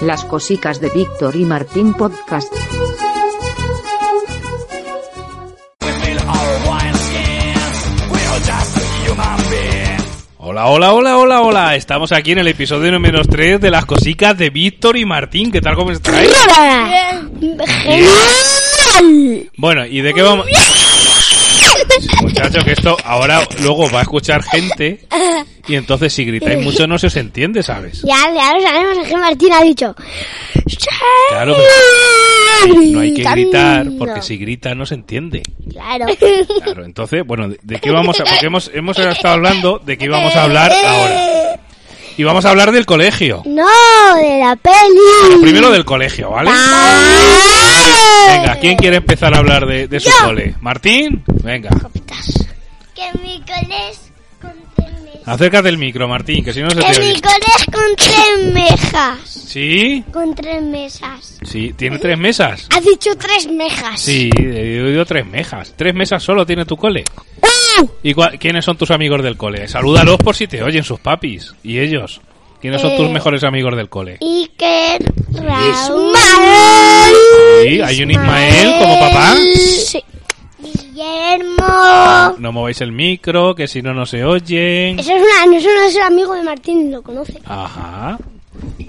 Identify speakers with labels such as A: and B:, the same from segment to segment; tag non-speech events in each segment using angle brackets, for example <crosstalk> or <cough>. A: Las cosicas de Víctor y Martín Podcast.
B: Hola, hola, hola, hola, hola. Estamos aquí en el episodio número 3 de las cosicas de Víctor y Martín. ¿Qué tal? ¿Cómo estáis?
C: ¡Genial!
B: Bueno, ¿y de qué vamos? Muchachos, que esto ahora luego va a escuchar gente y entonces si gritáis mucho no se os entiende, ¿sabes?
C: Ya, ya lo sabemos, es que Martín ha dicho.
B: Claro, pero no hay que gritar porque si grita no se entiende.
C: Claro. <laughs>
B: Claro, entonces, bueno, ¿de, de qué vamos a...? Porque hemos, hemos estado hablando de qué vamos a hablar ahora. Y vamos a hablar del colegio.
C: No, de la
B: Lo
C: peli.
B: primero del colegio, ¿vale? Venga, ¿quién quiere empezar a hablar de, de su cole? ¿Martín? Venga.
C: Que mi cole es con tres mejas.
B: Acércate el micro, Martín, que si no se te
C: Que
B: oye.
C: mi cole es con tres mejas.
B: ¿Sí?
C: Con tres mesas.
B: Sí, tiene tres mesas.
C: Has dicho tres mejas.
B: Sí, he oído tres mejas. Tres mesas solo tiene tu cole.
C: ¡Ah!
B: ¿Y cua- quiénes son tus amigos del cole? Salúdalos por si te oyen sus papis y ellos. ¿Quiénes son tus
C: Eh,
B: mejores amigos del cole?
C: Iker, Raúl. Ismael.
B: Sí, hay un Ismael como papá.
C: Sí. Guillermo.
B: No mováis el micro, que si no, no se oyen.
C: Eso es, una, eso no es el amigo de Martín, lo conoce.
B: Ajá.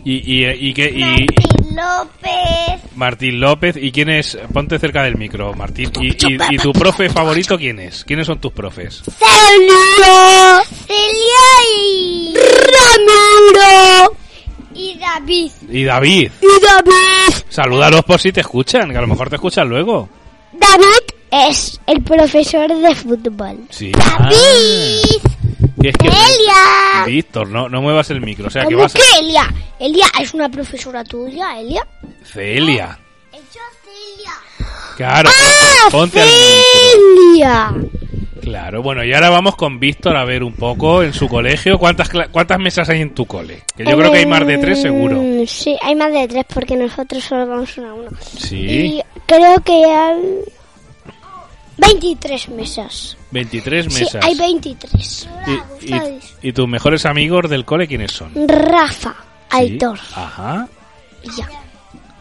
B: ¿Y, y, y, qué- y,
C: Martín López.
B: Martín López. ¿Y quién es? Ponte cerca del micro, Martín. ¿Y, y- y tu profe favorito quién es? ¿Quiénes son tus profes?
C: Celio. Celia y... Ramiro. Y David.
B: Y David.
C: Y David.
B: Salúdalos por si te escuchan, que a lo mejor te escuchan luego.
C: David es el profesor de fútbol.
B: Sí.
C: David.
B: Ah, y es que-
C: Elia.
B: Víctor, no, no muevas el micro. O sea, que
C: ¿Cómo
B: vas a...
C: que Elia? Elia es una profesora tuya, Elia.
B: Celia.
C: Hecho Celia.
B: Claro,
C: ¡Ah,
B: ponte, ponte al micro.
C: Celia!
B: Claro, bueno, y ahora vamos con Víctor a ver un poco en su colegio. ¿Cuántas, cla- cuántas mesas hay en tu cole? Que yo creo que hay más de tres seguro.
C: Mm, Sí, hay más de tres porque nosotros solo vamos una a una.
B: Sí,
C: Y creo que hay 23 mesas.
B: 23
C: Sí,
B: mesas.
C: hay 23.
B: Y- y, y tus mejores amigos del cole quiénes son?
C: Rafa,
B: Sí,
C: Aitor
B: Ajá.
C: y ya.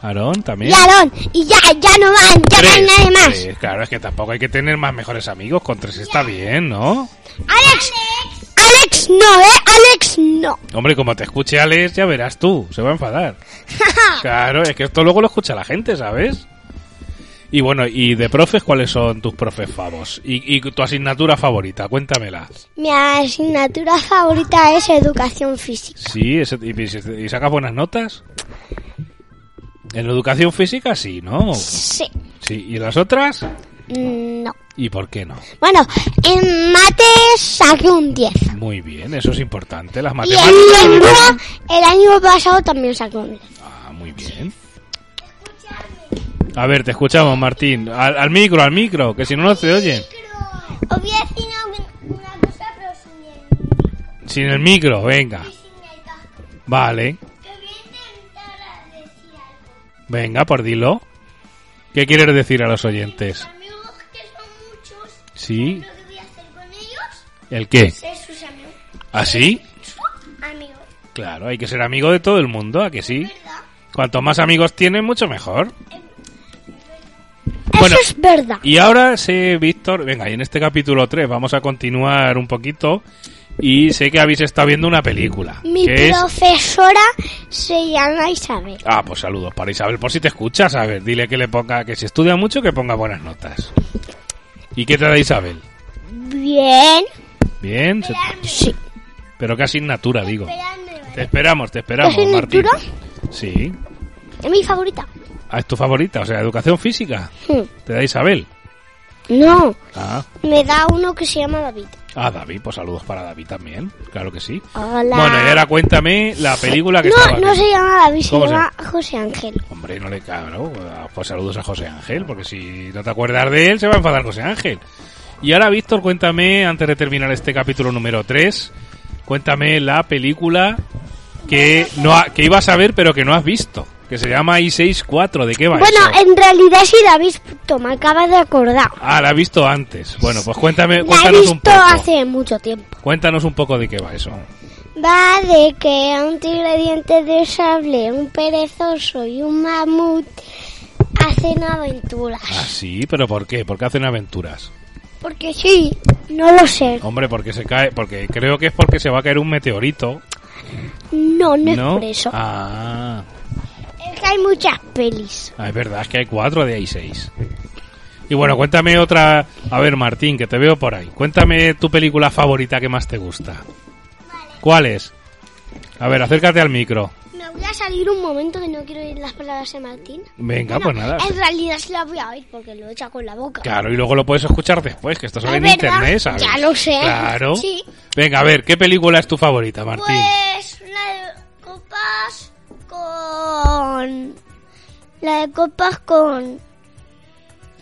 B: Aarón también.
C: Y Aarón, y ya, ya no van, ya
B: Tres,
C: van nadie más.
B: tres. Claro, es que tampoco hay que tener más mejores amigos. Con tres está bien, ¿no?
C: Alex, Alex no, eh, Alex no.
B: Hombre, como te escuche Alex, ya verás tú, se va a
C: <laughs>
B: enfadar. Claro, es que esto luego lo escucha la gente, ¿sabes? Y bueno, ¿y de profes cuáles son tus profes favos? ¿Y, y tu asignatura favorita? Cuéntamela.
C: Mi asignatura favorita es educación física.
B: Sí, ese- y, y sacas buenas notas. En educación física sí, ¿no?
C: Sí,
B: Sí, ¿y las otras?
C: mm, no.
B: ¿Y por qué no?
C: Bueno, en mate saqué un 10.
B: Muy bien, eso es importante. Las
C: Y
B: matemáticas.
C: en lengua, el año pasado también saqué un 10.
B: Ah, muy bien. A ver, te escuchamos, Martín. Al, al micro, al micro, que si no, no te oye.
C: Os voy a decir una, cosa, pero sin el,
B: Sin el micro, venga. Vale. Venga, por dilo. ¿Qué quieres decir a los oyentes?
C: amigos que son muchos,
B: ¿Sí?
C: lo que voy a hacer con ellos
B: ¿El qué?
C: es sus amigos.
B: ¿Así?
C: Amigos,
B: Claro, hay que ser amigo de todo el mundo, ¿a que sí? Cuanto más amigos tienes, mucho mejor. Bueno.
C: Eso es verdad.
B: Y ahora sé, Víctor, venga, y en este capítulo 3 vamos a continuar un poquito. Y sé que habéis estado viendo una película.
C: Mi
B: que es...
C: profesora se llama Isabel.
B: Ah, pues saludos para Isabel. Por si te escuchas, a ver, dile que le ponga, que si estudia mucho, que ponga buenas notas. ¿Y qué te da Isabel?
C: Bien.
B: Bien, se-
C: Sí.
B: pero qué asignatura, digo. Te esperamos, te esperamos,
C: ¿Qué
B: Martín.
C: asignatura?
B: Sí.
C: Es mi favorita.
B: Ah, es tu favorita, o sea, educación física.
C: Hmm.
B: Te da Isabel.
C: No,
B: Ah,
C: me da uno que se llama David.
B: ah, David, pues saludos para David también, claro que sí.
C: Hola.
B: Bueno, y ahora cuéntame la película que
C: No,
B: estaba
C: no
B: viendo.
C: se llama David, se
B: ¿Cómo se Ah,
C: llama José Ángel.
B: Hombre, no le cago, pues saludos a José Ángel, porque si no te acuerdas de él, se va a enfadar José Ángel. Y ahora, Víctor, cuéntame, antes de terminar este capítulo número 3, cuéntame la película que, no ha- que ibas a ver, pero que no has visto, que se llama I-64, ¿de qué va
C: Bueno, em-
B: eso?
C: en realidad sí la he visto, me acabas de acordar.
B: Ah, la has visto antes. Bueno, pues cuéntame,
C: La he
B: cuéntanos un
C: visto
B: poco.
C: hace mucho tiempo.
B: Cuéntanos un poco de qué va eso.
C: Va de que a un tigre diente de sable, un perezoso y un mamut hacen
B: Ah,
C: aventuras.
B: sí, pero ¿por qué? ¿Por qué hacen aventuras?
C: Porque sí, no lo sé.
B: Hombre, porque se cae, porque creo que es porque se va a caer un meteorito,
C: No, no es
B: ¿no?
C: por eso.
B: Ah,
C: Es que hay muchas pelis.
B: ah, es verdad, es que hay cuatro de ahí seis. Y bueno, cuéntame otra. A ver, Martín, que te veo por ahí. Cuéntame tu película favorita que más te gusta. ¿Cuál es? A ver, acércate al micro.
C: Me voy a salir un momento que no quiero oír las palabras de Martín.
B: Venga, pues nada.
C: En realidad se las voy a oír porque lo he hecho con la boca.
B: Claro, y luego lo puedes escuchar después, que estás
C: Es
B: en
C: verdad,
B: internet, ¿sabes?
C: ya lo sé.
B: Claro.
C: Sí.
B: Venga, a ver, ¿qué película es tu favorita, Martín?
C: Pues la de copas con... La de copas con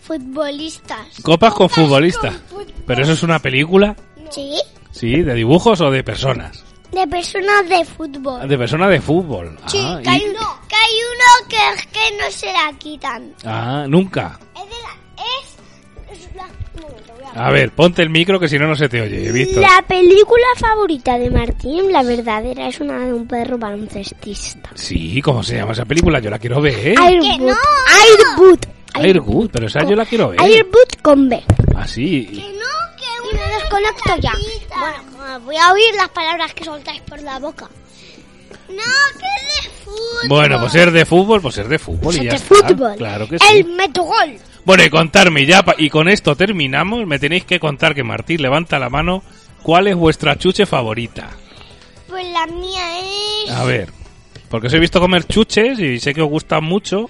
C: futbolistas.
B: Copas con futbolista.
C: con futbol-
B: Pero eso es una película,
C: Sí,
B: ¿sí? ¿De dibujos o de personas?
C: de personas de fútbol.
B: De personas de fútbol.
C: Sí,
B: ah,
C: que, hay
B: y-
C: uno, que hay uno que es que no se la quitan.
B: Ah, nunca.
C: Es de la... Es, es la- un momento, voy a-
B: A ver, ponte el micro que si no, no se te oye, Víctor.
C: La película favorita de Martín, la verdadera, es una de un perro baloncestista.
B: Sí, ¿cómo se llama esa película? Yo la quiero ver.
C: Airboot. Airboot.
B: Airwood, pero esa yo la quiero ver. Ah,
C: Airboot con B.
B: Así.
C: no, que y me desconecto ya. Bueno, voy a oír las palabras que soltáis por la boca. No, que es de fútbol.
B: Bueno, pues ser de fútbol, pues ser de fútbol y ya
C: de
B: está.
C: fútbol.
B: Claro que
C: El
B: sí.
C: metogol.
B: Bueno, y contarme ya, pa- y con esto terminamos, me tenéis que contar que Martín levanta la mano, ¿cuál es vuestra chuche favorita?
C: Pues la mía es...
B: A ver, porque os he visto comer chuches y sé que os gustan mucho.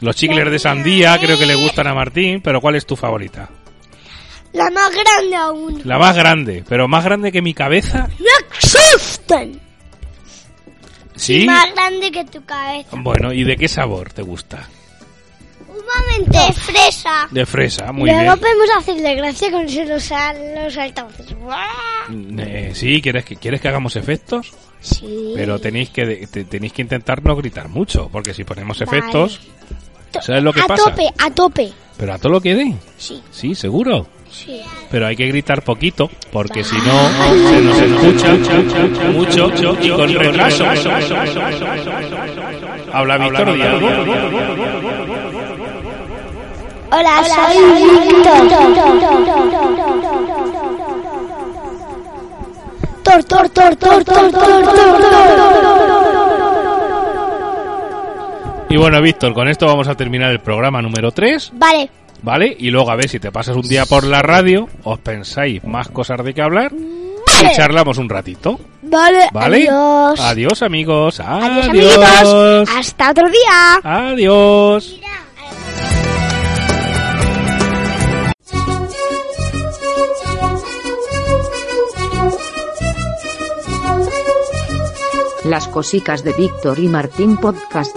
B: Los chicles de sandía creo que le gustan a Martín, pero ¿cuál es tu favorita?
C: La más grande aún.
B: La más grande, pero más grande que mi cabeza.
C: No existen.
B: Sí.
C: Más grande que tu cabeza.
B: Bueno, ¿y de qué sabor te gusta?
C: Un momento. De fresa.
B: De fresa, muy
C: Luego
B: bien.
C: podemos hacerle gracia con si los, al- los altavoces. ¡Guau!
B: Eh, sí, ¿quieres que, ¿quieres que hagamos efectos?
C: Sí.
B: Pero tenéis que, de- te- tenéis que intentar no gritar mucho, porque si ponemos
C: Vale.
B: efectos,
C: To-
B: ¿sabes lo que
C: a
B: pasa?
C: tope, a tope.
B: pero a todo lo que dé.
C: Sí,
B: Sí, seguro.
C: sí.
B: Pero hay que gritar poquito, porque si no, se nos escucha mucho y con retraso. Habla Víctor Díaz.
C: Hola, soy Tor, tor, tor, tor, tor, tor, tor,
B: Y bueno, Víctor, con esto vamos a terminar el programa número 3,
C: Vale,
B: ¿vale? Y luego a ver si te pasas un día por la radio, os pensáis más cosas de qué hablar y charlamos un ratito,
C: vale,
B: ¿vale?
C: adiós.
B: Adiós, amigos. Adiós.
C: Adiós, amiguitos. Hasta otro día.
B: Adiós.
A: Las cosicas de Víctor y Martín Podcast.